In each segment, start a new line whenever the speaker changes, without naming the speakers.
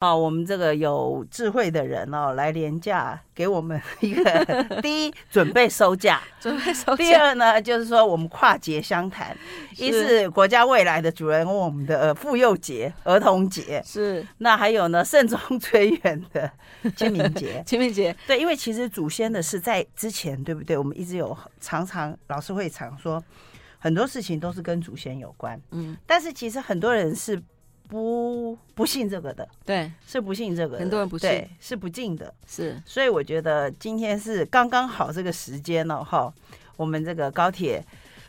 啊，我们这个有智慧的人哦，来廉价给我们一个第一准备收假，
准备收
第
假。
二呢就是说我们跨节相谈，一是国家未来的主人翁，我们的呃妇幼节、儿童节，
是。
那还有呢慎终追远的清明节
清明节，
对，因为其实祖先的事在之前，对不对？我们一直有常常老师会常说，很多事情都是跟祖先有关，
嗯，
但是其实很多人是不不信这个的。
对，
是不信这个的，
很多人不信
对，是不敬的。
是
所以我觉得今天是刚刚好这个时间了、哈。我们这个高铁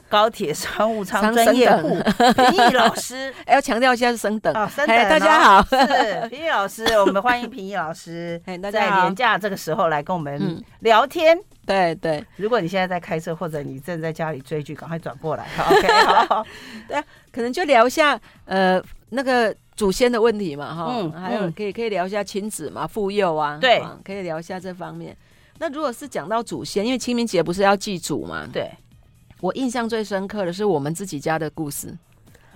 高铁商务舱
商
专业
升
户平易老 师
哎要强调一下是升等。
啊，三等、
哎，大家。好，
是平易老师，我们欢迎平易老师
哎 大家
在
好
年假这个时候来跟我们
嗯
聊天。
对对
如果你现在在开车，或者你正在家里追剧，赶快转过来。好 OK，好好，
可能就聊一下呃那个祖先的问题嘛哈，
嗯
还有
嗯
可以可以聊一下亲子嘛，妇幼啊，
对
啊可以聊一下这方面。那如果是讲到祖先，因为清明节不是要祭祖嘛？
对
我印象最深刻的是我们自己家的故事。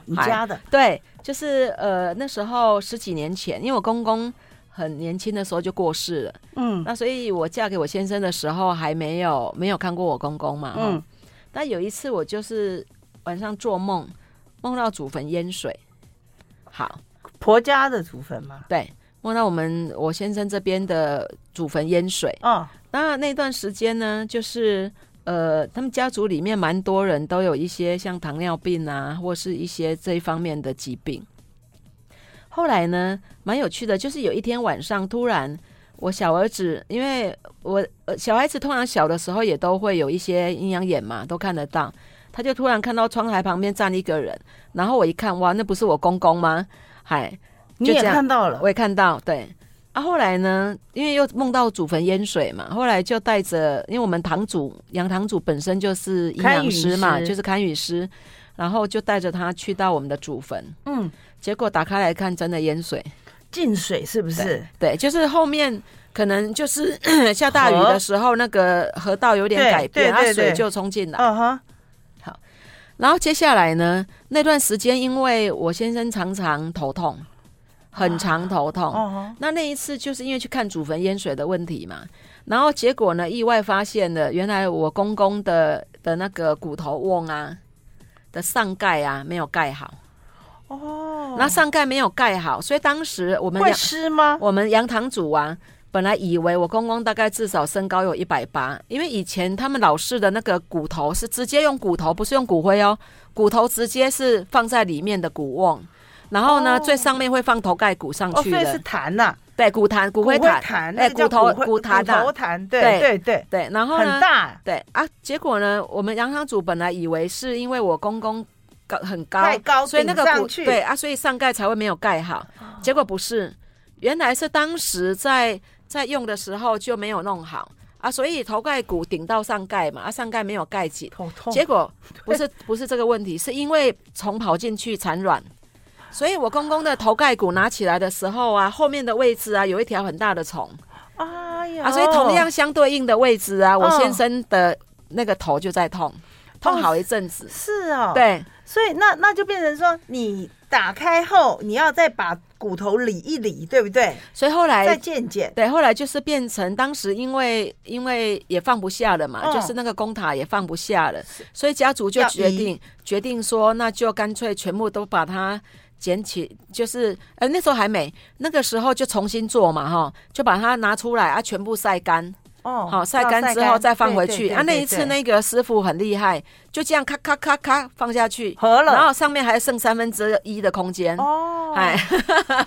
你家的
对，就是呃那时候十几年前，因为我公公很年轻的时候就过世了，
嗯
那所以我嫁给我先生的时候还没有没有看过我公公嘛。嗯
嗯。
但有一次我就是晚上做梦，梦到祖坟淹水。好，
婆家的祖坟吗？
对，梦到我们我先生这边的祖坟淹水。
哦，
那那段时间呢，就是呃，他们家族里面蛮多人都有一些像糖尿病啊，或是一些这一方面的疾病。后来呢，蛮有趣的，就是有一天晚上，突然我小儿子，因为我呃小孩子通常小的时候也都会有一些阴阳眼嘛，都看得到。他就突然看到窗台旁边站一个人，然后我一看，哇，那不是我公公吗？嗨，
你
就
也
这样
看到了，
我也看到，对。啊，后来呢，因为又梦到祖坟淹水嘛，后来就带着，因为我们堂主杨堂主本身就是阴
堪舆
阳师嘛，
师
就是堪舆师，然后就带着他去到我们的祖坟，
嗯，
结果打开来看，真的淹水。
进水是不是？
对，就是后面可能就是 下大雨的时候，那个河道有点
对
改变，
对
它
对
水
对
就冲进来。
嗯哼，
然后接下来呢，那段时间因为我先生常常头痛，很常头痛，
哦哼，
那那一次就是因为去看祖坟淹水的问题嘛，然后结果呢，意外发现了原来我公公的的那个骨头瓮啊的上盖啊没有盖好，
哦，
那上盖没有盖好，所以当时我们
会
杨
湿吗？
我们杨堂主啊。本来以为我公公大概至少身高有一百八，因为以前他们老式的那个骨头是直接用骨头，不是用骨灰哦，骨头直接是放在里面的骨瓮，然后呢、
哦
最上面会放头盖骨上
哦，
去
所
的，
以是痰呐，
对，骨坛、骨灰坛，
痰，
哎
那个叫
骨头
灰
骨
骨
痰啊
头痰，对
对
对对，
对，然后
很
呢，
大，
对啊，结果呢，我们杨堂主本来以为是因为我公公高很高，
太高，
所以那个
顶上
骨
去，
对啊，所以上盖才会没有盖好，哦结果不是，原来是当时在在用的时候就没有弄好啊，所以头盖骨顶到上盖嘛，啊上盖没有盖紧，哦
头痛，
结果不是不是这个问题，是因为虫跑进去产卵，所以我公公的头盖骨拿起来的时候啊，后面的位置啊有一条很大的虫。
哎呀，
啊，所以同样相对应的位置啊，我
嗯
先生的那个头就在痛，痛好一阵子。
是哦，，
对
所以那那就变成说，你打开后，你要再把骨头理一理，对不对？
所以后
再
来
见见，
对后来就是变成当时因为因为也放不下了嘛，
嗯
就是那个公塔也放不下了，所以家族就
要
决
移
定决定说，那就干脆全部都把它。捡起就是，呃，那时候还没，那个时候就重新做嘛，哈，就把它拿出来啊，全部晒干，
哦
好、晒干之后再放回去。啊，那一
对
次。
对对对对
那个师傅很厉害，就这样咔咔咔咔放下去，
合
然
了
后上面还剩三分之一的空间，
哦，
哎，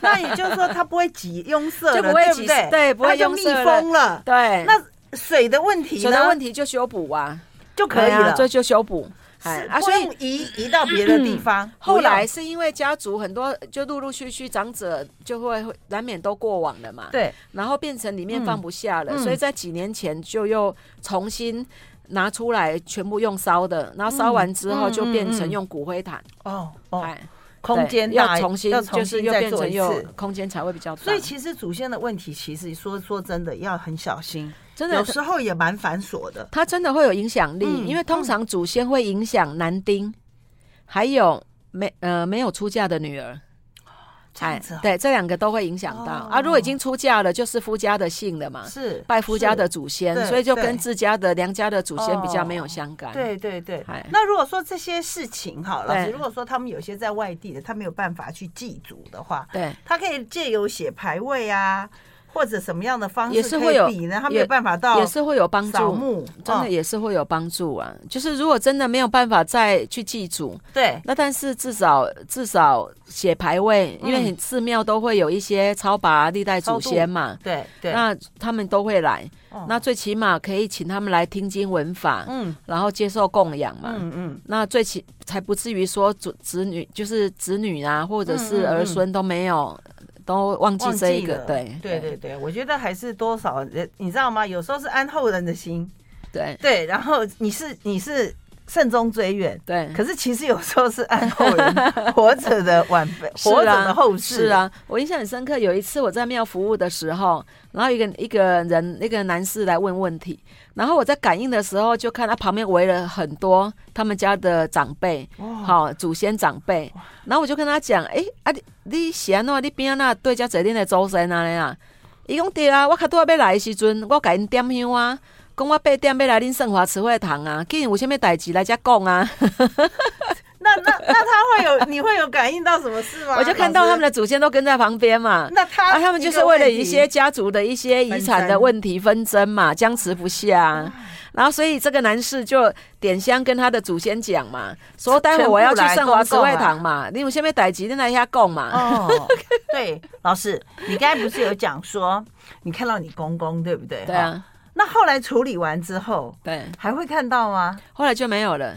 那也就是说它不会挤拥塞了，
就不会
对
挤
对？
对不会
它就
拥
密
塞了
封了。
对，
那水的问题
有的
呢
问题就修补啊，
就可以
对啊
了，
就就修补，哎
是
啊，
不
所以
用移移到别的地方。
后来
不
是因为家族很多就陆陆续续长者就会会难免都过往了嘛
用，对
然后变成里面放不下了，
嗯嗯
所以在几年前就又重新。拿出来全部用烧的，然后烧完之后
嗯嗯
就变成
嗯
用骨灰坛，
哦哦，
哎，
空
对
间大
要重新
要重
就是
新
又
再
变
做
成
一
又嗯
次。
空间才会比较大，
所以其实祖先的问题，其实说说真的要很小心，
真的哎
有时候也蛮繁琐的。
它真的会有影响力，
嗯
因为通常祖先会影响男丁，还有没呃没有出嫁的女儿，
这样子哦
对，这两个都会影响到、
哦
啊。如果已经出嫁了，就是夫家的姓了嘛，
是
拜夫家
是
的祖先
对，
所以就
对
跟自家的娘家的祖先比较
哦
没有相干。
对对对
哎，
那如果说这些事情哈，老师，
对
如果说他们有些在外地的，他没有办法去祭祖的话，
对
他可以借由写牌位啊，或者什么样的方式
也是
可
会
以
有
比呢？他
也
没有办法到
也是会有帮
扫
助，
墓，
真的
哦
也是会有帮助啊。就是如果真的没有办法再去祭祖，
对
那但是至少至少写牌位，因为
嗯
很寺庙都会有一些超拔历代祖
超度
先嘛，
对对。
那他们都会来，
哦
那最起码可以请他们来听经闻法，
嗯
然后接受供养嘛。
嗯嗯，
那最起才不至于说子子女就是子女啊，或者
嗯
是
嗯嗯
儿孙都没有，都忘记
忘
这一
记
个
了，
对
对对对，我觉得还是多少人，你知道吗？有时候是安后人的心，
对
对， 然后你是你是慎终追远，
对，
可是其实有时候是安后人活着的晚辈，
是
活着
啊
的后世，
是，啊，我印象很深刻。有一次我在庙服务的时候，然后一个一个人一个男士来问问题，然后我在感应的时候就看他旁边围了很多他们家的长辈，
哇，
好、祖先长辈，然后我就跟他讲，诶，啊你你是安怎你边那对遮坐恁的祖先安尼啊？伊讲对啊，我较拄要来的时阵，我甲因点香啊，讲我八点要来恁圣华慈惠堂啊，见有啥物代志来遮讲啊。
那那那他会有，你会有感应到什么事 吗？
我就看到他们
的，
的祖先都跟在旁边嘛。
那他、
啊，他们就是为了一些家族的一些遗产的问题纷争
嗯
嘛，僵持不下、啊。然后，所以这个男士就点香跟他的祖先讲嘛，说待会我要去圣华慈惠堂嘛，你有下面逮吉的那一下供嘛。
啊哦， 对，老师，你刚才不是有讲说你看到你公公对不对？
对
哈，
啊，
那后来处理完之后
对，
还会看到吗？
后来就没有了。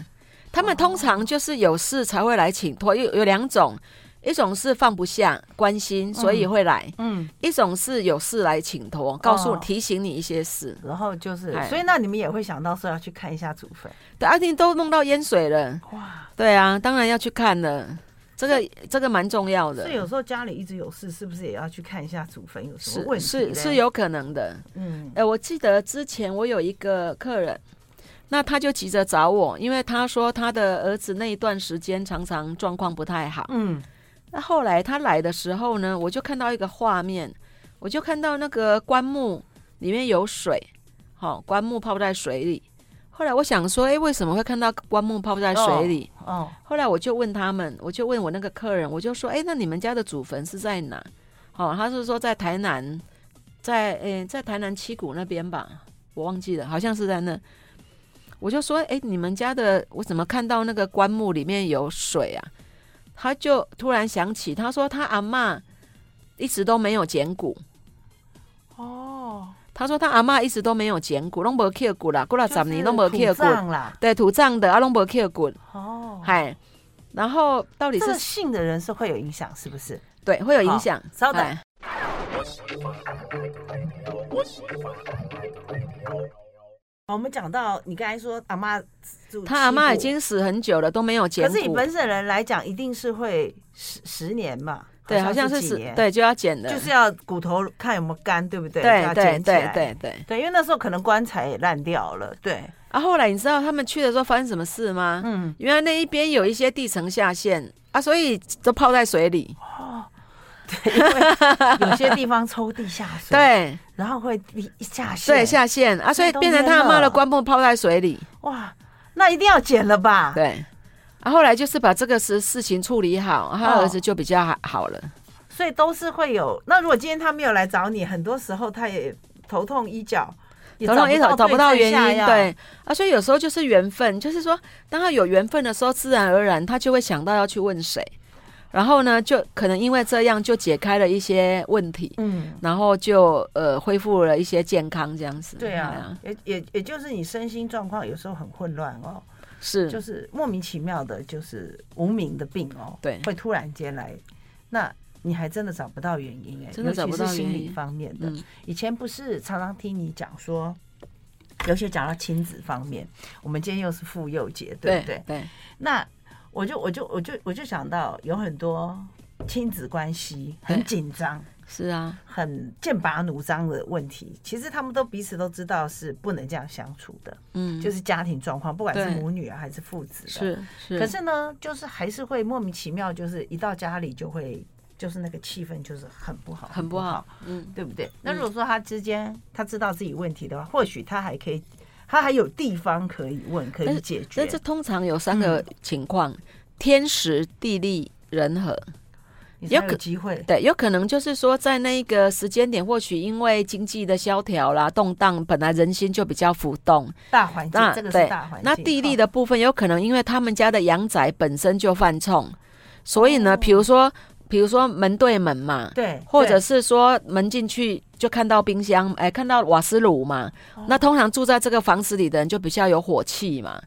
他们通常就是有事才会来请托，有有两种，一种是放不下关心，所以会来；
嗯，
一种是有事来请托，告诉
哦
提醒你一些事。
然后就是，
哎
所以那你们也会想到说要去看一下祖坟，
对，阿、啊、丁都弄到淹水了。
哇，
对啊，当然要去看了，这个这个蛮重要
所
的
以，有时候家里一直有事，是不是也要去看一下祖坟有什么
是
问题？
是是，有可能的。
嗯，
哎、我记得之前我有一个客人，那他就急着找我，因为他说他的儿子那一段时间常常状况不太好。
嗯，
那后来他来的时候呢，我就看到一个画面，我就看到那个棺木里面有水，好、棺木泡在水里。后来我想说，哎，为什么会看到棺木泡在水里？
哦，
后来我就问他们，我就问我那个客人，我就说，哎，那你们家的祖坟是在哪？哦，他是说在台南，在诶，在台南七股那边吧，我忘记了，好像是在那。我就说，哎，你们家的，我怎么看到那个棺木里面有水啊？他就突然想起，他说他阿嬷一直都没有捡骨，
哦，
他说他阿嬷一直都没有捡骨，拢无捡骨啦，过了十年拢无
就是
捡
土
骨，
葬啦，
对，土葬的啊，拢无捡骨，
哦，
嗨。然后到底
这
是
个信的人是会有影响，是不是？
对，会有影响
好。稍等
哎
我们讲到你刚才说阿妈，
他阿妈已，经死很久了，都没有
可
捡
是以
骨。
本省人来讲，一定是会十十年嘛，
对，好像是
十
死，，对，就要捡的。
就是要骨头看有没有干，对不对？就
对
要
对
捡起
对
来
对对。
对，因为那时候可能棺材也烂掉了，对，
啊，后来你知道他们去的时候发生什么事吗？
嗯，
原来那一边有一些地层下陷啊，所以都泡在水里。
有些地方抽地下水，，
对
然后会地下陷，
对，下陷啊，所
所
以
以都
变成
淹
他阿妈
了
的棺木泡在水里。
哇，那一定要剪了吧？
对。啊，后来就是把这个事事情处理好，啊他
哦
儿子就比较好好了。
所以都是会有。那如果今天他没有来找你，很多时候他也头痛医脚，也
头痛医头找不到
对
原
症下
因，
药，
对啊，所以有时候就是缘分，就是说，当他有缘分的时候，自然而然他就会想到要去问谁，然后呢，就可能因为这样就解开了一些问题，
嗯。
然后就呃恢复了一些健康这样子。
对
哎
啊
呀，
也也也就是你身心状况有时候很混乱哦，就是是莫名其妙的，就是无名的病哦，
对
会突然间来，那你还真的找不到原因哎、
真的找不到
尤其是心
原
理
因
方面的。
嗯
以前不是常常听你讲说，尤其讲到亲子方面，我们今天又是妇幼节，对
对
不对？
对
那我就我就我就我就想到有很多亲子关系很
对
紧张、
是啊，
很剑拔弩张的问题，其实他们都彼此都知道是不能这样相处的，
嗯，
就是家庭状况，不管是
对
母女啊还是父子的。
是是，
可是呢，就是还是会莫名其妙，就是一到家里就会就是那个气氛就是很不好，
很不好，嗯，
对不对？那如果说他之间他知道自己问题的话，或许他还可以，他还有地方可以问，可以解决
但。这通常有
嗯
三个情况：天时、地利、人和。
你才
有
有
可
机会，
对，有可能就是说，在那一个时间点，或许因为经济的萧条啦、动荡，本来人心就比较浮动。
大环境
那
这个
对
是大环境。哦
那地利
的
的部分，有可能因为他们家的阳宅本身就犯冲，所以呢，比如说，比如说门对门嘛，
哦对，
或者
对
是说门进去就看到冰箱，哎，看到瓦斯炉嘛。
哦
那通常住在这个房子里的人就比较有火气嘛。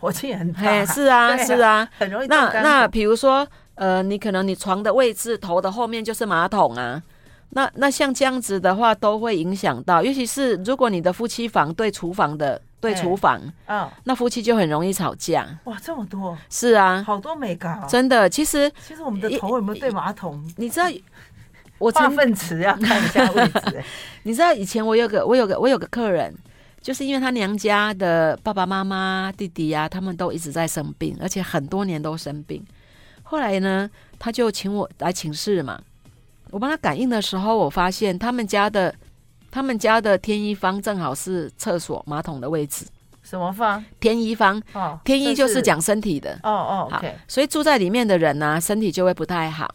火气很
嘿，
大，
是啊，
对啊
是啊。
很容易中
那
干
那
火
比如说，呃，你可能你床的位置头的后面就是马桶啊，那那像这样子的话，都会影响到，尤其是如果你的夫妻房对厨房的对
哎
厨房，
嗯，
那夫妻就很容易吵架。
哇，这么多，
是啊，
好多美感啊！
真的，其实
其实我们的头有没有对马桶？
你知道。我
化
曾
粪池要看一下位置， 哎
你知道以前我有个我有个我有个客人，就是因为他娘家的爸爸妈妈、弟弟啊，他们都一直在生病，而且很多年都生病。后来呢，他就请我来请示嘛。我帮他感应的时候，我发现他们家的他们家的天一方正好是厕所马桶的位置。
什么方？
天一方，
哦，
天一就
这
是讲身体的，
哦哦
好
，OK，
所以住在里面的人呢、啊身体就会不太好。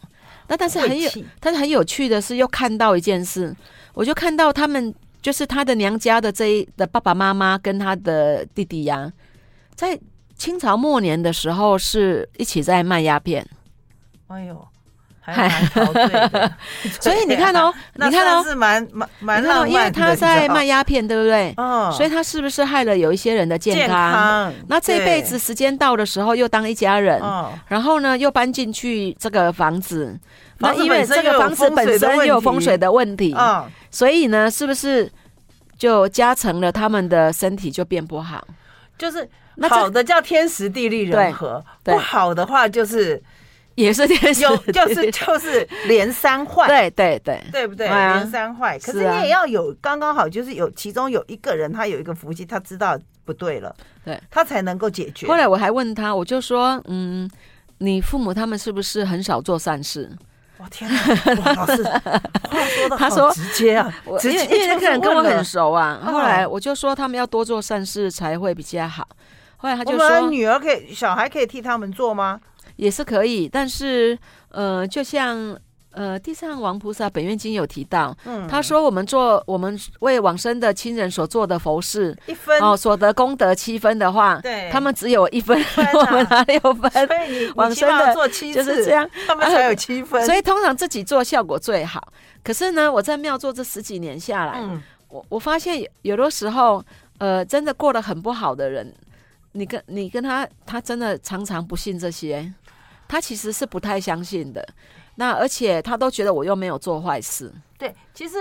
那但是很有
晦气
但是很有趣的是，又看到一件事，我就看到他们就是他的娘家的这一的爸爸妈妈跟他的弟弟呀、在清朝末年的时候是一起在卖鸦片，
哎呦，还蛮陶醉的
所以你看哦，
啊那
你看
算
哦，
是蛮蛮蛮
你看哦，
浪漫的，
因为他
你知道
在卖，鸦片，对不对？
嗯，
所以他是不是害了有一些人的
健康，
那这辈子时间到的时候，又当一家人
对，，嗯，
然后呢，又搬进去这个房子，那
房子
因为
本身
这
又
个
有
房子
风
本
水的
身又
问
有
题
风水的问题，
嗯，
所以呢，是不是就加成了他们的身体就变不好？
就是
那这
好的叫天时地利人和，
对对
不好的话就是
也是电视
有 就是就是连三坏，
对对对
对不对？
对啊
连三坏，可是
是
你
啊
也要有刚刚好，就是有其中有一个人他有一个福气，他知道不对了，
对，
他才能够解决。
后来我还问他，我就说，嗯，你父母他们是不是很少做善事？
我天哪，哇老 师话说的
他说
直接啊
我，
直
因为
接
因为那
就
个人
是
跟我
问了
很熟啊，
嗯
后来我就说他们要多做善事才会比较好。后来他
我
就
们
说
女儿可以，小孩可以替他们做吗？
也是可以，但是呃，就像呃地藏王菩萨本愿经有提到，
嗯，
他说我们做我们为往生的亲人所做的佛事，
一分
哦，所得功德七分的话，
对
他们只有一分，
分啊
我们拿六分，
所以 你
往
你起码
生的
做七
就
次，
是这样。
他们才有七分。
所
以，
以通常自己做效果最好。可是呢，我在庙做这十几年下来，
嗯，
我我发现有有的时候，呃，真的过得很不好的人，你跟你跟他，他真的常常不信这些，他其实是不太相信的。那而且他都觉得我又没有做坏事，
对，其实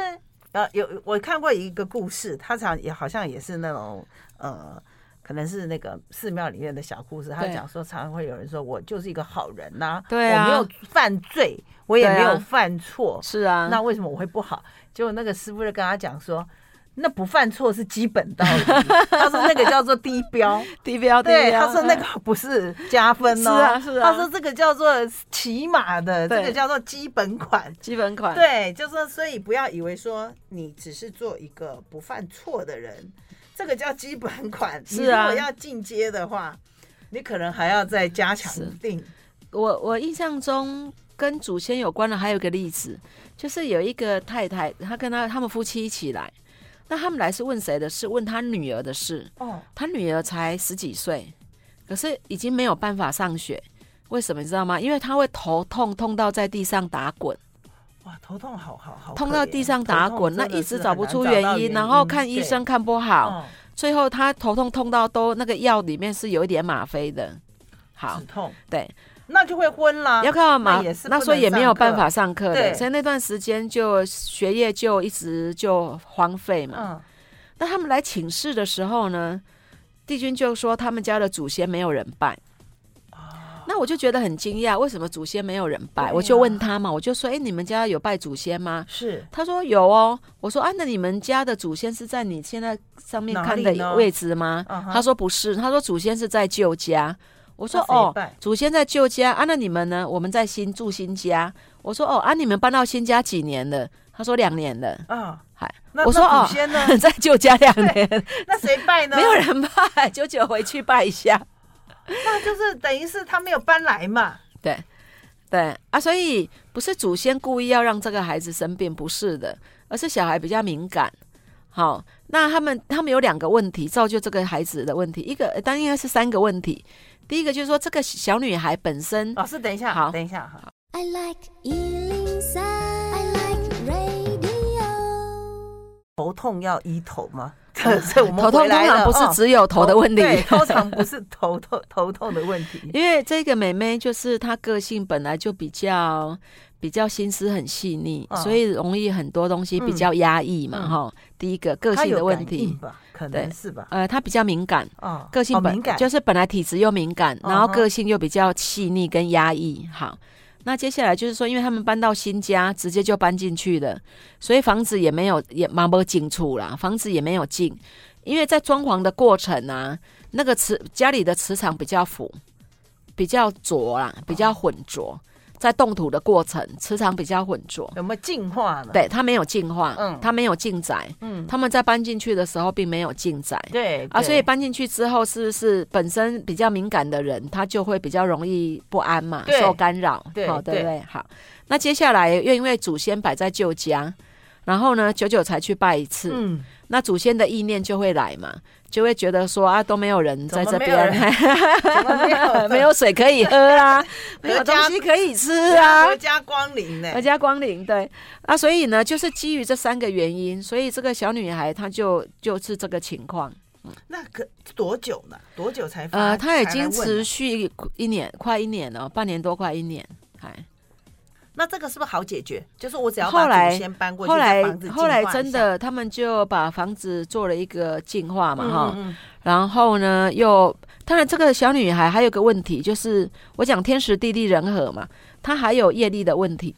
呃，有我看过一个故事，他讲也好像也是那种呃。可能是那个寺庙里面的小故事，他
对
讲说，常常会有人说我就是一个好人呐、
对啊
我没有犯罪，我也
对啊
没有犯错，
是啊，
那为什么我会不好？结果那个师傅就跟他讲说，那不犯错是基本道理， 他说那个叫做低标，
低标低
对，
标
他说那个不是加分哦，
哎是啊是啊
他说这个叫做起码的，
对
这个叫做基本款。
基本款，
对，就说所以不要以为说你只是做一个不犯错的人，这个叫基本款。
是啊
你如果要进阶的话，你可能还要再加强
是
定。
我我印象中跟祖先有关的还有一个例子，就是有一个太太，她跟她他们夫妻一起来，那他们来是问谁的事？问她女儿的事。
哦，
她女儿才十几岁，可是已经没有办法上学，为什么你知道吗？因为她会头痛，痛到在地上打滚，
哇，头痛好好好可怜，
痛到地上打滚，
头
那
痛
一直
真的是
找
很
不
难
出
到
原因，然后看
对
医生看不好，
哦
最后她头痛痛到都那个药里面是有一点吗啡的。好
止，痛，
对，
那就会昏啦。
要靠马
啊那也是不
那
能
时候也没有
上课
办法上课的，
对
所以那段时间就学业就一直就荒废嘛。
嗯，
那、他们来请示的时候呢，帝君就说他们家的祖先没有人拜。那我就觉得很惊讶，为什么祖先没有人拜？
哦对啊
我就问他嘛，我就说：“哎、你们家有拜祖先吗
是？”
他说：“有哦。”我说：“啊，那你们家的祖先是在你现在上面
哪里
看的
呢
位置吗？”
嗯哼
他说：“不是。”他说：“祖先是在旧家。”我说：“
那谁
哦，
拜
祖先在旧家啊，那你们呢？我们在新住新家。我说哦啊，你们搬到新家几年了？他说两年了，
啊，
嗨，
那
我说
那
哦
祖 先呢？
在旧家两年，
那谁拜呢？
没有，人拜，九九回去拜一下。
那就是等于是他没有搬来嘛。
对，对啊，所以不是祖先故意要让这个孩子生病，不是的，而是小孩比较敏感。好，那他们他们有两个问题造就这个孩子的问题，一个呃当然应该是三个问题。第一个就是说，这个小女孩本身
老师，等一下，
好
等一下哈。
I like Ealing Sound. I like radio.
头痛要医头吗？ 这这我们
头痛
回
通
来
常
了
不是
哦
只有头的问题，
对，通常不是头痛头痛的问题。
因为这个妹妹就是她个性本来就比较比较心思很细腻，
嗯
所以容易很多东西比较压抑嘛，
嗯
哈、第一 个个
他
性
有
的问
感
题
应，吧，可
对
能是吧。
呃，她比较敏感，
哦，
个性
哦
本、
敏感，
就是本来体质又敏感，然
嗯
后
哼
个性又比较细腻跟压抑。好，那接下来就是说，因为他们搬到新家，直接就搬进去了，所以房子也没有也蛮不进出啦，房子也没有进，因为在装潢的过程啊，那个磁家里的磁场比较腐，比较浊啦，比较浑浊，在动土的过程，磁场比较浑浊。
有没有进化了？
对，它没有净化，
嗯
它没有进宅，
嗯
他们在搬进去的时候并没有进宅，
对
啊，
对
所以搬进去之后，是不是本身比较敏感的人，他就会比较容易不安嘛，
对
受干扰，
对
好、对不
对
对？好，那接下来又因为祖先摆在旧家，然后呢，久久才去拜一次，
嗯，
那祖先的意念就会来嘛，就会觉得说啊，都没有人在这
怎么没有
边，
怎么没有
没有水可以喝 啦、没有
合
东
家
西可以吃啊，
国家光临呢
合？家光临，对啊，所以呢，就是基于这三个原因，所以这个小女孩她就就是这个情况。
那可多久呢？多久才发
呃，他已
才来
经
问
持
呢
续一年，快一年了，半年多，快一年。哎，
那这个是不是好解决？就是我只要
后
把
来
祖先搬过去，
后来
让房子进化
后来
一下
真的，他们就把房子做了一个净化嘛，哈、
嗯嗯
然后呢，又当然这个小女孩还有个问题，就是我讲天时地利人和嘛，她还有业力的问题。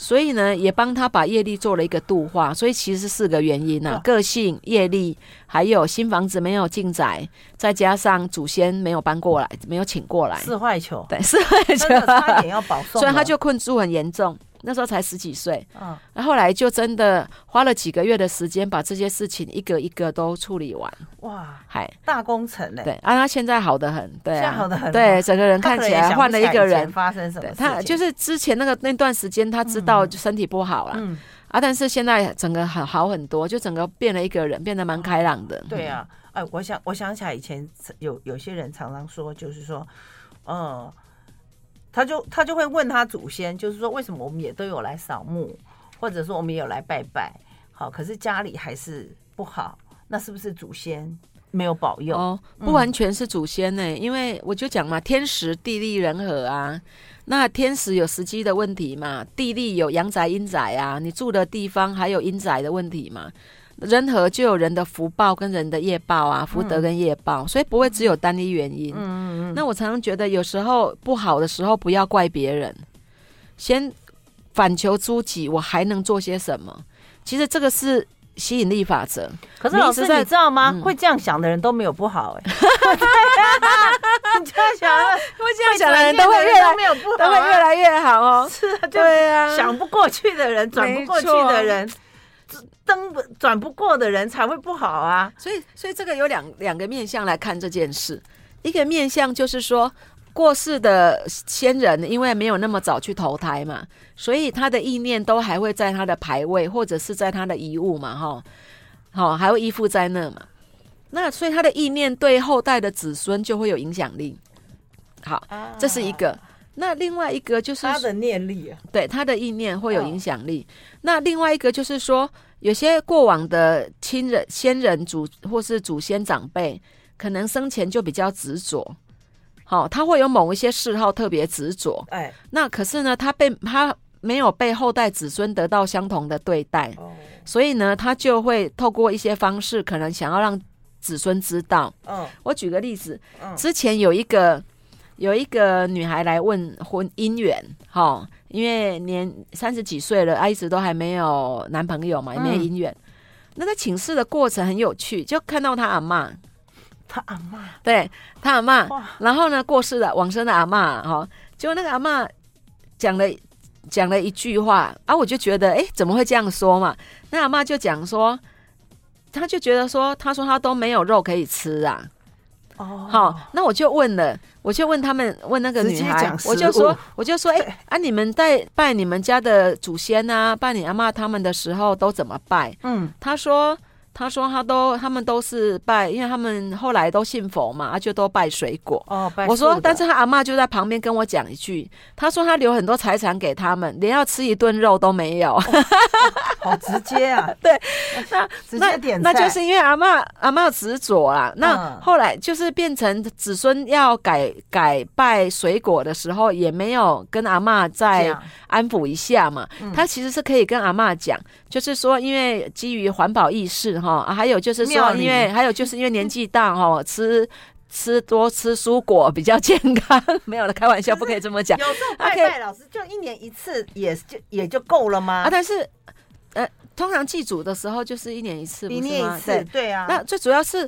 所以呢，也帮她把业力做了一个度化，所以其实是四个原因啊
哇：
个性、业力，还有新房子没有进宅，再加上祖先没有搬过来，没有请过来
嗯，是坏 球，
对，是会
真的差点
觉，
要保 送了，
所以他就困住很严重。那时候才十几岁，
嗯
然后后来就真的花了几个月的时间把这些事情一个一个都处理完，
哇
还
大工程欸呢，
对啊，他现在好的很，对
现在
啊，
好得很
对，整个人
他
看
可能
起
也想
来
不
换了
起
一
来
个
以前
人，
发生什么
对
事情，
他就是之前那个那段时间他知道身体不好了、
嗯
啊，但是现在整个好好很多，就整个变了一个人，变得蛮开朗的，
对啊，哎，我想我想起来以前有有些人常常说，就是说，呃，他就他就会问他祖先，就是说为什么我们也都有来扫墓，或者说我们也有来拜拜，好，可是家里还是不好，那是不是祖先没有嗯保佑？
哦，不完全是祖先呢、因为我就讲嘛，天时地利人和啊。那天时有时机的问题嘛，地利有阳宅阴宅啊，你住的地方还有阴宅的问题嘛。人和就有人的福报跟人的业报啊，福德跟业报，所以不会只有单一原因。
嗯嗯嗯
那我常常觉得，有时候不好的时候不要怪别人，先反求诸己，我还能做些什么？其实这个是吸引力法 则。
嗯。可是
你
老
一直
师，
在
你知道吗？
嗯
会这样想的人都没有不好 哎、你这样想，
因为这样想的人都会越来
没有不好、
都会 越来越好哦。
是啊，就
对啊，
想不过去的人，转不过去的人，登不转不过的人才会不好啊。
所以所以这个有两两个面向来看这件事，一个面向就是说。过世的先人，因为没有那么早去投胎嘛，所以他的意念都还会在他的牌位，或者是在他的遗物嘛，哈，好，还会依附在那嘛。那所以他的意念对后代的子孙就会有影响力。好，这是一个。那另外一个就是
啊他的念力啊，
对他的意念会有影响力。那另外一个就是说，有些过往的亲人、先人祖或是祖先长辈，可能生前就比较执着。好、他会有某一些嗜好特别执着，
哎，
那可是呢，他被他没有被后代子孙得到相同的对待，
哦，
所以呢，他就会透过一些方式，可能想要让子孙知道。
嗯
我举个例子，
嗯
之前有一个有一个女孩来问婚姻缘，哈，因为年三十几岁了，啊，一直都还没有男朋友嘛，也没有
嗯
姻缘。那在请示的过程很有趣，就看到她阿嬷，
他嗯阿妈
对她阿嬷，
哇，
然后呢过世了往生的阿嬷，哈，结果那个阿嬷讲了讲了一句话啊，我就觉得诶，怎么会这样说嘛？那阿妈就讲说，她就觉得说，她说她都没有肉可以吃啊。
哦
好，那我就问了，我就问他们，问那个
直
女
接
孩
讲，食
我就说
物，
我就说，哎、
对
啊，你们在拜你们家的祖先啊，拜你阿妈他们的时候都怎么拜？
嗯，
他说，他说他都他们都是拜，因为他们后来都信佛嘛，啊，就都拜水果。
哦，拜
我
寿
说
的，
但是他阿妈就在旁边跟我讲一句，他说他留很多财产给他们，连要吃一顿肉都没有。
好直接啊，
对，
那直接点
那，那就
菜
是因为阿嬷阿嬷执着啦。那
嗯
后来就是变成子孙要改改拜水果的时候，也没有跟阿嬷再
讲
安抚一下嘛。
嗯
他其实是可以跟阿嬷讲，就是说，因为基于环保意识哈、啊还有就是
妙
说，
理
因为还有就是因为年纪大 哈、吃。吃多吃蔬果比较健 康，没有了，开玩笑，不可以这么讲。
有时候
啊
拜
可以
拜老师就一年一次也就也就够了吗
啊，？但是呃，通常祭祖的时候就是一年一次，
一
不是
年
吗
一次，
对
对啊，
那最主要是，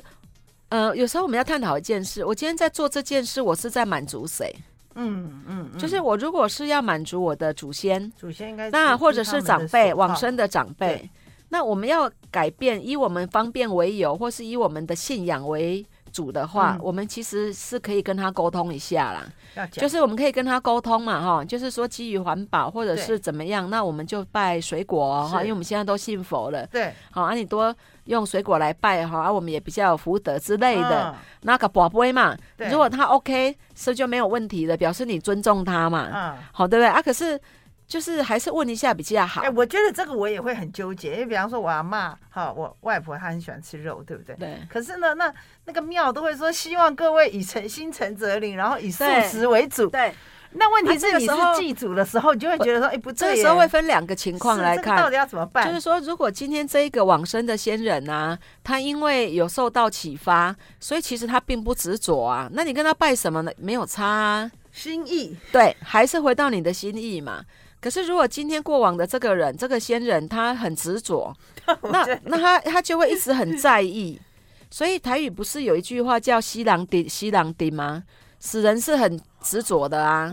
呃，有时候我们要探讨一件事，我今天在做这件事，我是在满足谁？
嗯嗯，嗯
就是我如果是要满足我的祖先，
祖先应该
那
是
或
他
者是
们的
长辈
手
往
铐
生的长辈
对，
那我们要改变，以我们方便为由，或是以我们的信仰为。主的话，
嗯
我们其实是可以跟他沟通一下啦，
要
就
讲，
是我们可以跟他沟通嘛，哈，就是说基于环保或者
对
是怎么样，那我们就拜水果哦哈、
是
因为我们现在都信佛了，
对
好、啊，你多用水果来拜哈、啊，我们也比较有福德之类的。
嗯
那个宝贝嘛，
对
如果他 OK，是就没有问题的，表示你尊重他嘛，
啊。
好对不对啊？可是就是还是问一下比较好
哎、，我觉得这个我也会很纠结，因为比方说我阿妈，哈，我外婆她很喜欢吃肉，对不对？
对
可是呢，那那个庙都会说，希望各位以诚心诚则灵，然后以素
对
食为主。
对。
那问题
啊这
是
个
你
时
是
候
祭祖的时候，你就会觉得说，哎、不
这个
对耶，
时候会分两个情况
是
来
这个到
看，
底要啊怎么办？
就是说，如果今天这一个往生的先人啊，他因为有受到启发，所以其实他并不执着啊。那你跟他拜什么呢？没有差啊。
心意，
对，还是回到你的心意嘛。可是如果今天过往的这个人，这个先人他很执着，那那他他就会一直很在意。所以台语不是有一句话叫“西郎丁西郎丁”吗？死人是很执着的啊，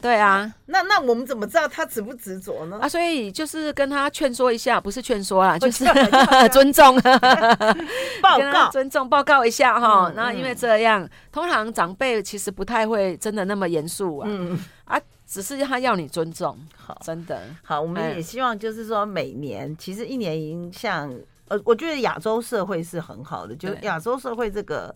对啊
那那我们怎么知道他执不执着呢？
啊，所以就是跟他劝说一下，不是劝说啦，就是
我
尊重。
报
跟他
告，
尊重报告一下哈。
嗯
那、因为这样，通常长辈其实不太会真的那么严肃啊，
嗯，
啊，只是他要你尊重，
好
真的。
好，我们也
哎
希望就是说每年，其实一年影响，呃，我觉得亚洲社会是很好的，就是
对
亚洲社会这个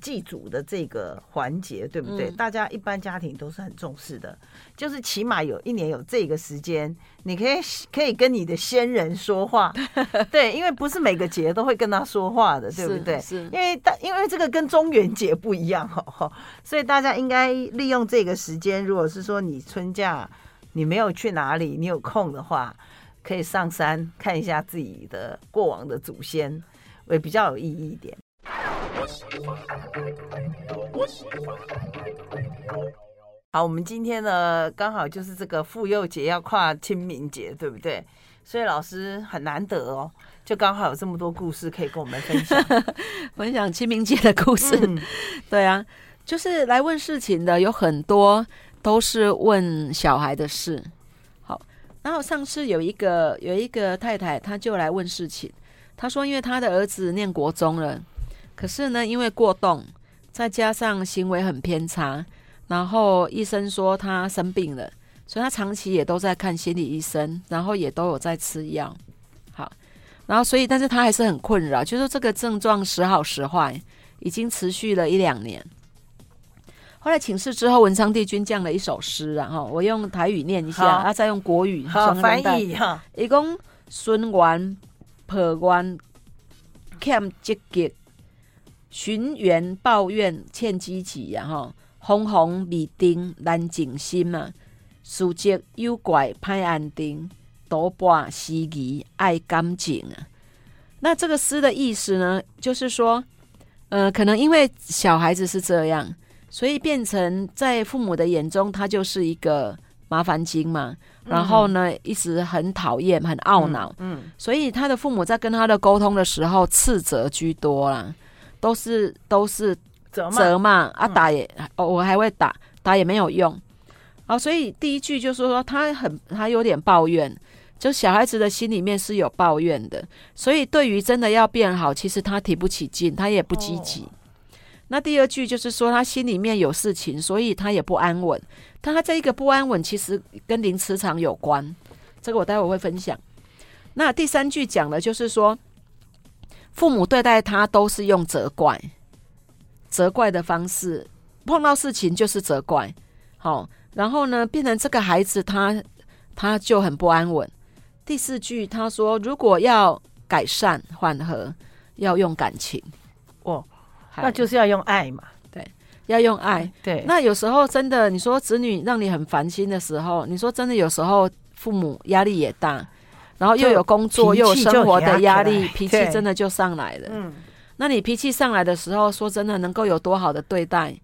祭祖的这个环节，对不对？
嗯
大家一般家庭都是很重视的，就是起码有一年有这个时间，你可以可以跟你的先人说话， 对，因为不是每个节都会跟他说话的，对不
是
对？
是
因为大因为这个跟中元节不一样哦，所以大家应该利用这个时间，如果是说你春假你没有去哪里，你有空的话，可以上山看一下自己的过往的祖先，会比较有意义一点。好，我们今天呢，刚好就是这个妇幼节要跨清明节，对不对？所以老师很难得哦，就刚好有这么多故事可以跟我们分享。
分享清明节的故事，
嗯
对啊，就是来问事情的有很多都是问小孩的事。好，然后上次有一个有一个太太，她就来问事情，她说因为她的儿子念国中了，可是呢因为过动，再加上行为很偏差，然后医生说他生病了，所以他长期也都在看心理医生，然后也都有在吃药。好，然后所以但是他还是很困扰，就是这个症状时好时坏。已经持续了一两年。后来请示之后，文昌帝君降了一首诗啊，哈，我用台语念一下，
好
啊，再用国 语
好，
双声带
翻译哈，
伊讲循环、破关、欠积极、循缘抱怨、欠积极啊吼，惶惶未定难静心啊，事迹有怪歹安定，赌博失仪爱感情啊。那这个诗的意思呢，就是说，呃，可能因为小孩子是这样，所以变成在父母的眼中，他就是一个麻烦精嘛。然后呢，一直很讨厌、很懊恼，
嗯，
所以他的父母在跟他的沟通的时候，斥责居多啦，都是都是
责骂
责骂啊，哦
嗯
打也、哦，我还会打，打也没有用。好，所以第一句就说说他很他有点抱怨，就小孩子的心里面是有抱怨的，所以对于真的要变好，其实他提不起劲，他也不积极。那第二句就是说他心里面有事情，所以他也不安稳。但他这一个不安稳，其实跟零磁场有关，这个我待会会分享。那第三句讲的就是说，父母对待他都是用责怪、责怪的方式，碰到事情就是责怪。好、然后呢，变成这个孩子他他就很不安稳。第四句他说，如果要改善缓和，要用感情，
哦，
嗨
那就是哎要用爱嘛。
要用爱。
对，啊
那有时候真的，你说子女让你很烦心的时候，你说真的，有时候父母压力也大，然后又有工作
脾气
又有生活的压
就压
力
起，来
脾气
对
真的就上来了。
嗯，
那你脾气上来的时候，说真的，能够有多好的对待？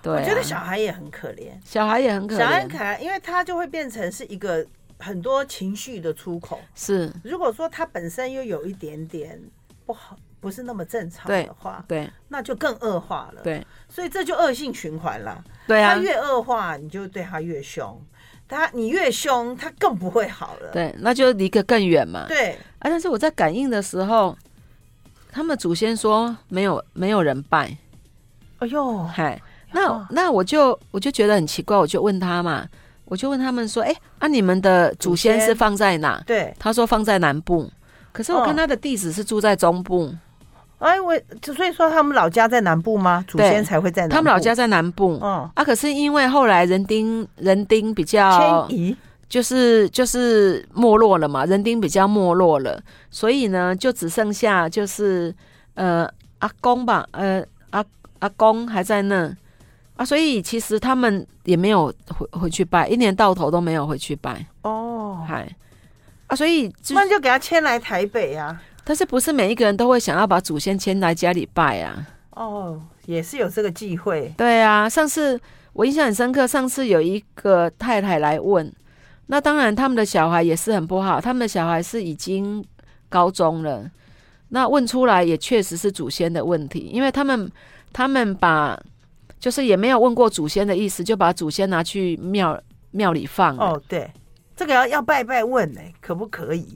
对啊、
我觉得小孩也很可怜，
小孩也很可
小孩很可，
怜
爱，因为他就会变成是一个很多情绪的出口。
是
如果说他本身又有一点点不好，不是那么正常
对
的话，
对
那就更恶化了。，
对
所以这就恶性循环了。
对啊
他，越恶化，你就对他越凶，他你越凶，他更不会好了。
对，那就离得更远嘛。
对
啊，但是我在感应的时候，他们祖先说没有没有人拜，
哎呦，
嗨，
哦
那那我就我就觉得很奇怪，我就问他嘛，我就问他们说，哎、啊，你们的祖先
祖先
是放在哪？
对，
他说放在南部，可
哦
是我看他的地址是住在中部，
哎，我就所以说他们老家在南部吗？祖
对
先才会在南部。
他们老家在南部。
嗯，
啊，可是因为后来人丁人丁比较
迁移
就是就是没落了嘛，人丁比较没落了，所以呢，就只剩下就是呃阿公吧，呃阿阿公还在那啊，所以其实他们也没有回回去拜，一年到头都没有回去拜，
哦，
嗨、啊，所以就
那就给他迁来台北啊。
但是不是每一个人都会想要把祖先迁来家里拜啊？
哦，也是有这个忌讳。
对啊，上次我印象很深刻，上次有一个太太来问，那当然他们的小孩也是很不好，他们的小孩是已经高中了，那问出来也确实是祖先的问题，因为他们他们把就是也没有问过祖先的意思，就把祖先拿去庙庙里放了。
哦，对，
这个要要拜拜问呢、可不可以？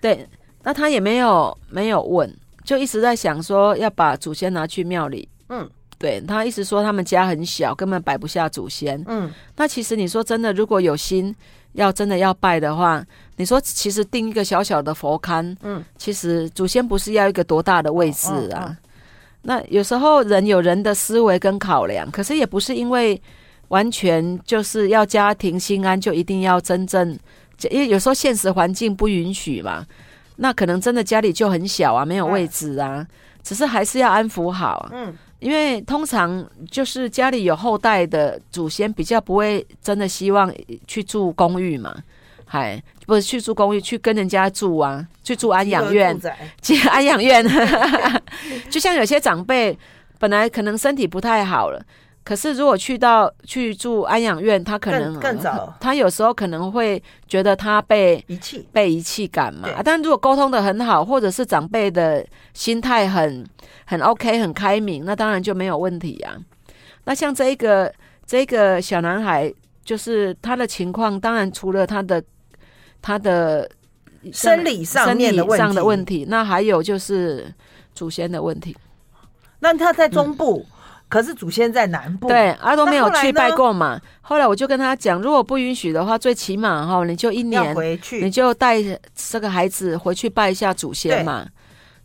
对，那他也没有没有问，就一直在想说要把祖先拿去庙里。
嗯，
对他一直说他们家很小，根本摆不下祖先。
嗯，
那其实你说真的，如果有心要真的要拜的话，你说其实定一个小小的佛龛，
嗯，哦
其实祖先不是要一个多大的位置
嗯
啊。
嗯
那有时候人有人的思维跟考量，可是也不是因为完全就是要家庭心安就一定要真正，因为有时候现实环境不允许嘛。那可能真的家里就很小啊，没有位置啊，只是还是要安抚好、啊。
哎嗯，
因为通常就是家里有后代的祖先比较不会真的希望去住公寓嘛，还不是去住公寓，去跟人家住啊，去住安养院
鸡儿肚仔
去安养院。 就像有些长辈本来可能身体不太好了，可是如果去到去住安养院，他可能啊
更更早
他有时候可能会觉得他被
遗弃，
被遗弃感嘛。
对
啊但如果沟通的很好，或者是长辈的心态很很 OK、很开明，那当然就没有问题啊。那像这一个这个小男孩，就是他的情况，当然除了他的他的
生理上面的
生理
问
上
题。
的问题，那还有就是祖先的问题。
那他在中部，可是祖先在南部。
嗯对，阿、啊、都没有
那后来
去
呢
拜过嘛。后来我就跟他讲，如果不允许的话，最起码哈，你就一
要
年
回
你
去。
就带这个孩子回去拜一下祖先嘛。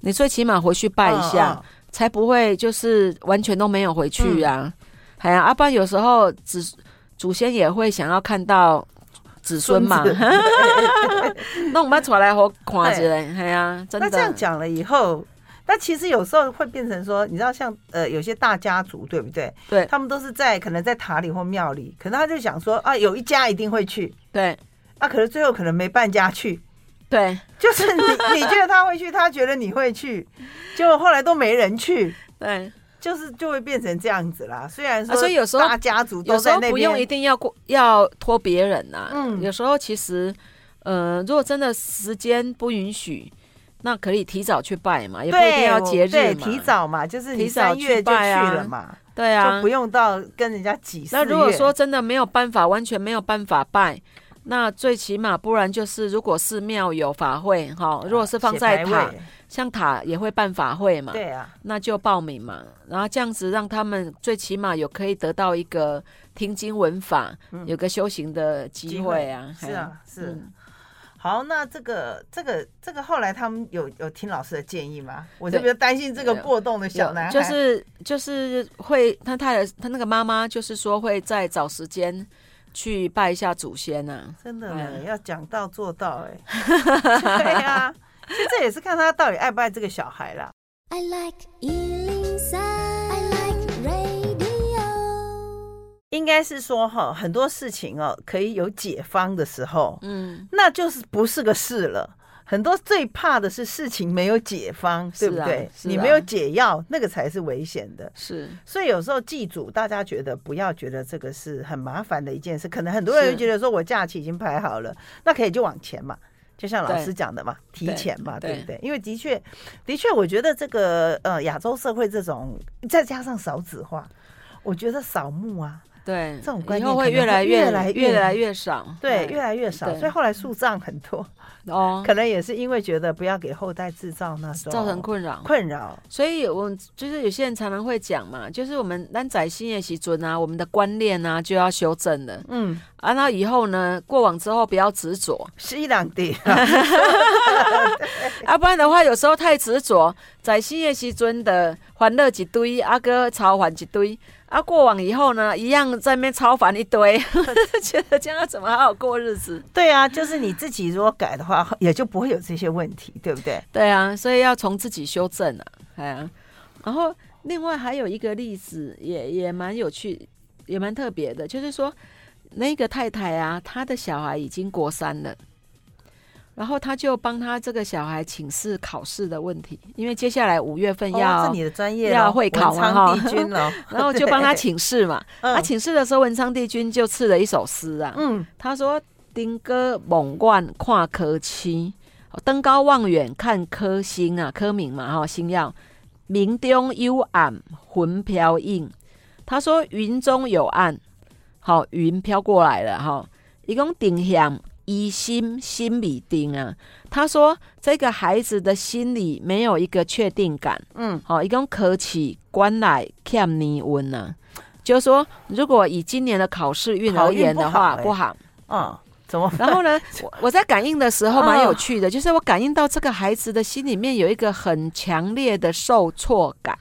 你最起码回去拜一下，
嗯
才不会就是完全都没有回去啊。哎呀、阿爸有时候子祖先也会想要看到子孙嘛
孙，
那我们出来好看一嘞，哎呀，真
那
的
这样讲了以后，那其实有时候会变成说，你知道像呃有些大家族对不对？
对
他们都是在可能在塔里或庙里，可能他就想说啊，有一家一定会去，
对
啊，可是最后可能没半家去。
对
就是你，你觉得他会去，他觉得你会去，结果后来都没人去，
对，
就是就会变成这样子啦。虽然说，
啊所以有时候
大家族
有
都
时
在
候
那
不用一
边，
定要过要托别人呐、
嗯
有时候其实，呃，如果真的时间不允许，那可以提早去拜嘛，也不一定要节日
对，
嘛，
提早嘛，就是你
提早
三
去
月就去
拜啊
了嘛，
对啊
就不，用到跟人家挤。
那如果说真的没有办法，完全没有办法拜，那最起码不然就是，如果寺庙有法会哈，如果是放在
啊写
塔
牌，位
像塔也会办法会嘛，
对啊，
那就报名嘛，然后这样子让他们最起码有可以得到一个听经闻法，有个修行的机会啊，
嗯是
嘿，
啊，是
嗯
好，那这个这个这个后来他们有有听老师的建议吗？我
对
特别担心这个过动的小男孩，
就是就是会，他他的他那个妈妈就是说会再找时间去拜一下祖先呐、
真的呢，
嗯
要讲到做到 哎、对啊，其实这也是看他到底爱不爱这个小孩啦。
I like Ealing Sound. I like radio.
应该是说哈，很多事情哦，可以有解方的时候，
嗯，
那就是不是个事了。很多最怕的是事情没有解方，对不
是啊
对？
是啊
你没有解药，那个才是危险的。
是
所以有时候祭祖，大家觉得不要觉得这个是很麻烦的一件事，可能很多人
是
就觉得说我假期已经排好了，那可以就往前嘛。就像老
对
师讲的嘛，提
对
前嘛，对
对
不对？因为的确，的确，我觉得这个呃，亚洲社会这种，再加上少子化，我觉得扫墓啊，
对，
这种观
以
念
后会
可能
越来
会
越
越来越
越来越少，
对，
嘿
越来越少，
哎对
所以后来树葬很多，
哦，
可能哦也是因为觉得不要给后代制造那种
造成困扰。
困扰，
所以，我就是有些人常常会讲嘛，就是我们咱在新业习尊啊，我们的观念啊就要修正了
嗯，
啊。那以后呢，过往之后不要执着，
是一两地，
啊，不然的话，有时候太执着，在新业时阵的欢乐一堆，啊哥超凡一堆，啊过往以后呢，一样在那边超凡一堆， 就觉得这样要怎么好好过日子？
对啊，就是你自己如果改的话，也就不会有这些问题，对不对？
对啊，所以要从自己修正啊，哎呀、然后另外还有一个例子也也蛮有趣，也蛮特别的，就是说那个太太啊，她的小孩已经国三了。然后她就帮她这个小孩请示考试的问题，因为接下来五月份要、
哦、是你的专业咯
要会考
文
嘛
昌
哈
帝君了
，然后就帮 他请示嘛。
嗯
他请示的时候，文昌帝君就赐了一首诗啊，
嗯，
他说：“登高望远看科星，哦登高望远看科星啊，科明嘛哈、星耀，明中幽暗魂飘映。”他说：“云中有暗，好、云飘过来了哈。一共定向疑心心理定啊。”他说：“这个孩子的心里没有一个确定感。”
嗯，
好、一共可起关来欠你温呢、就是说，如果以今年的考试运
考
而
运
言
不
的
好
话，
欸
不好。
哦，怎 么
然后呢，我我在感应的时候蛮
哦
有趣的，就是我感应到这个孩子的心里面有一个很强烈的受挫感，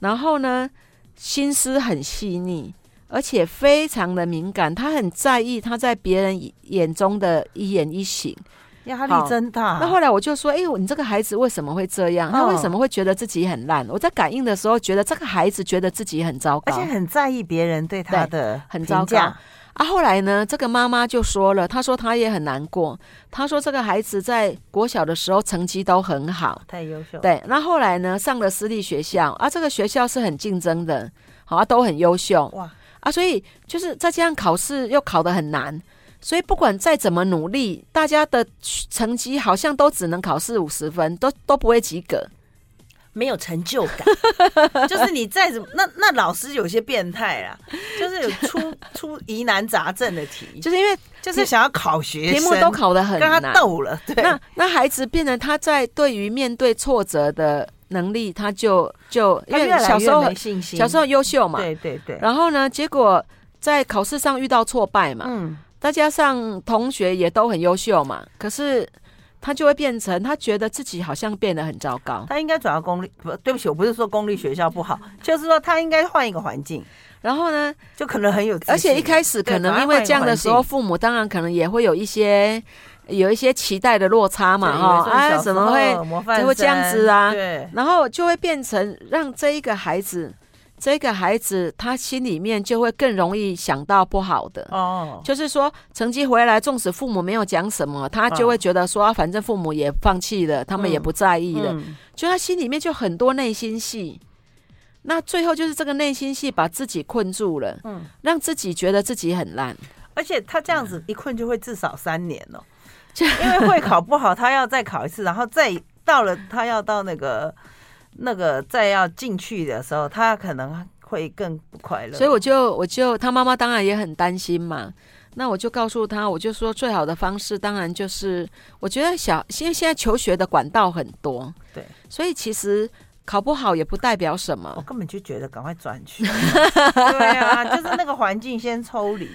然后呢，心思很细腻，而且非常的敏感，他很在意他在别人眼中的一言一行。
压力
好
真大？
那后来我就说，哎、你这个孩子为什么会这样？他
哦
为什么会觉得自己很烂？我在感应的时候，觉得这个孩子觉得自己很糟
而
糕
且。很在意别人对他的
很
评
糟
价
糕，啊，后来呢，这个妈妈就说了，她说她也很难过，她说这个孩子在国小的时候成绩都很好，
太优秀，
对，那后来呢，上了私立学校，啊，这个学校是很竞争的，好、啊，都很优秀
哇，
啊，所以就是再加上考试又考得很难。所以不管再怎么努力，大家的成绩好像都只能考试五十分，都都不会及格。
没有成就感。
就是你再怎么那那老师有些变态啦，就是有出 出疑难杂症的题，
就是因为
就是想要考学
题
生，
目都考得很
跟他
难，
斗了，对，
那那孩子变成他在对于面对挫折的能力，他就就因
他
为
越来
小时
越
候
没信心，
小时候优秀嘛，
对对对，
然后呢，结果在考试上遇到挫败嘛，
嗯，
再加上同学也都很优秀嘛，可是他就会变成他觉得自己好像变得很糟糕，
他应该转到公立，不对不起，我不是说公立学校不好，
嗯
就是说他应该换一个环境，
然后呢，
就可能很有自信，
而且一开始可能因为这样的时候，父母当然可能也会有一些有一些期待的落差嘛，哈，啊，怎么会？
会
怎么会这样子啊
对，
然后就会变成让这一个孩子，这个孩子他心里面就会更容易想到不好的。
哦，
就是说，成绩回来，纵使父母没有讲什么，他就会觉得说，啊反正父母也放弃了，他们也不在意了，
嗯
就他心里面就很多内心戏。那最后就是这个内心戏把自己困住了，
嗯
让自己觉得自己很烂，
而且他这样
嗯
子一困就会至少三年 哦，因为会考不好，他要再考一次，然后再到了他要到那个那个再要进去的时候，他可能会更不快乐。
所以我就我就他妈妈当然也很担心嘛。那我就告诉他，我就说最好的方式当然就是，我觉得小因为现在求学的管道很多，
对，哦
所以其实考不好也不代表什
我
么。
根本就觉得赶快转 去，对啊，就是那个环境先抽 离，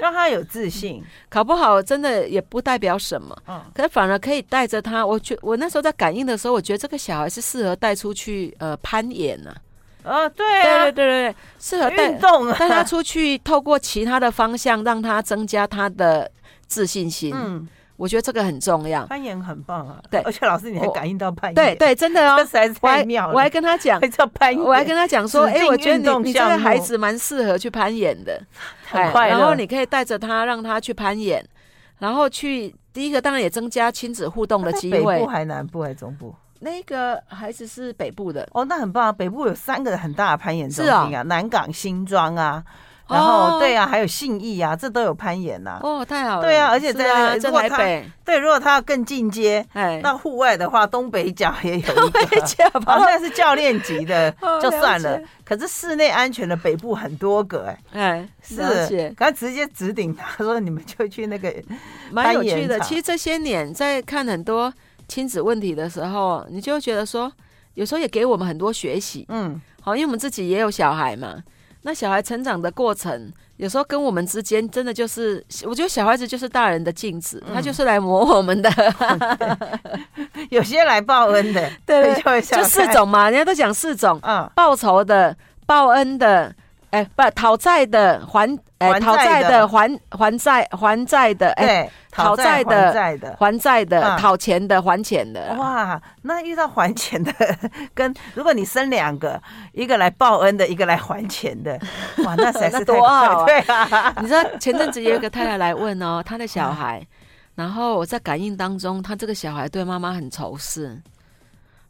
让他有自信。
考不好真的也不代表什么，
嗯，
可反而可以带着他。我觉我那时候在感应的时候，我觉得这个小孩是适合带出去呃攀岩呐、
啊，对
对对
啊，
对对对，适合带
运动啊，
带他出去，透过其他的方向让他增加他的自信心。
嗯，
我觉得这个很重要。
攀岩很棒啊。
对
而且老师你还
我
感应到攀岩，
对，对，真的
这
哦
实，在是
我
太
还
妙了。
我还跟他讲
还，叫攀岩，
我还跟他讲说，
指
哎、
定
我觉得
运动
你你这个
项目
孩子蛮适合去攀岩的，哎
很快乐。
然后你可以带着他让他去攀岩，然后去第一个当然也增加亲子互动的
在
机
北
会
部。还南部还中部？
那个孩子是北部的，
哦，那很棒啊！北部有三个很大的攀岩中
是
心
啊
啊，南港、新庄啊，然后、
哦
对啊，还有信义啊，这都有攀岩呐、啊。
哦，太好了，
对啊而且
是
在
啊
如
在
果
台
他
北，
对，如果他要更进阶，
哎，
那户外的话，东北角也有一个。
这 样
哦，
啊吧，
那是教练级的
哦
就算了
了解，
可是室内安全的北部很多个哎、
哎，了
是
解，
他直接指定他说你们就去那个
蛮有
攀岩
趣的。
场
其实这些年在看很多亲子问题的时候，你就会觉得说，有时候也给我们很多学习。
嗯
好，因为我们自己也有小孩嘛，那小孩成长的过程，有时候跟我们之间真的就是，我觉得小孩子就是大人的镜子，他
嗯
就是来磨 我们的，
有些来报恩的，
对对
就会想
就四种嘛，人家都讲四种，
看，嗯，
报仇的、报恩的，哎，不，讨债的、还，哎，
还债的
讨债的、还还债、还债的，哎，
对，
讨
债
债的
还债的，
还债的、
啊
讨钱的、还钱的，
哇，那遇到还钱的， 跟如果你生两个，一个来报恩的，一个来还钱 的，哇，那实在
那
是太
多好啊
快对啊，
你知道前阵子也有一个太太来 问哦，她的小孩，然后我在感应当中，她这个小孩对妈妈很仇视，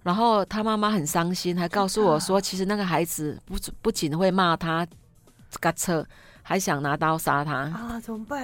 然后她妈妈很伤心，还告诉我
啊
说，其实那个孩子不止不仅会骂她，嘎车，还想拿刀杀她。
啊，怎么办？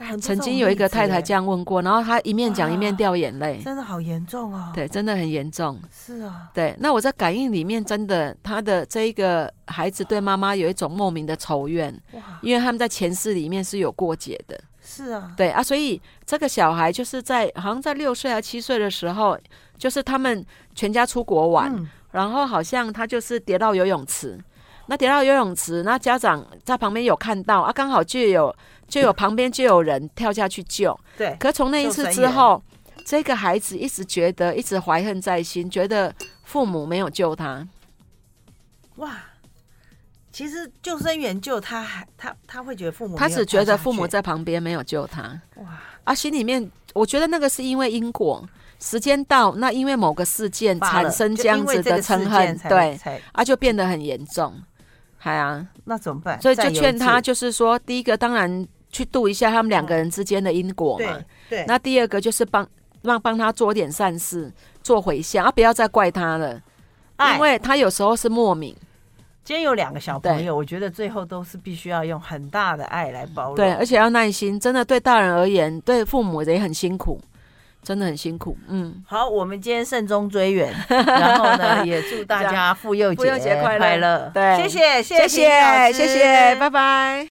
哎很多
曾
这种
经有一个
例子
太太
耶
这样问过，然后她一面讲一面掉眼泪，
真的好严重哦。，
对，真的很严重。
是啊，
对，那我在感应里面，真的，她的这一个孩子对妈妈有一种莫名的仇怨，
哇，
因为他们在前世里面是有过节的。
是啊，
对啊，所以这个小孩就是在好像在六岁还七岁的时候，就是他们全家出国玩，
嗯
然后好像他就是跌到游泳池，那跌到游泳池，那家长在旁边有看到啊，刚好就有就有旁边就有人跳下去救，
对，
可从那一
救
次
生
之
员
后，这个孩子一直觉得一直怀恨在心，觉得父母没有救他，
哇。其实救生员救他，还他他会觉得父母没
他
有
只觉得
跳下
父母
去
在旁边没有救他。
哇
啊，心里面我觉得那个是因为因果，时间到，那因为某个事件
罢了
产生
就
这样
因为
子
这
的
个
嗔
事
恨
件，才
对，
才
啊，就变得很严重，哎啊，
那怎么办？
所以就
占有
劝他，
制
就是说，第一个当然去度一下他们两个人之间的因果嘛
嗯对，对，
那第二个就是帮让帮他做点善事，做回向，啊，不要再怪他了，
爱
因为他有时候是莫名，
今天有两个小朋
对
友，我觉得最后都是必须要用很大的爱来包容。
对，而且要耐心，真的对大人而言，对父母也很辛苦，真的很辛苦，嗯。
好，我们今天慎终追 远，然后呢，也祝大家妇幼
妇幼节快乐
乐。
对
谢谢，
谢
谢
谢，
谢，
谢谢，拜。拜。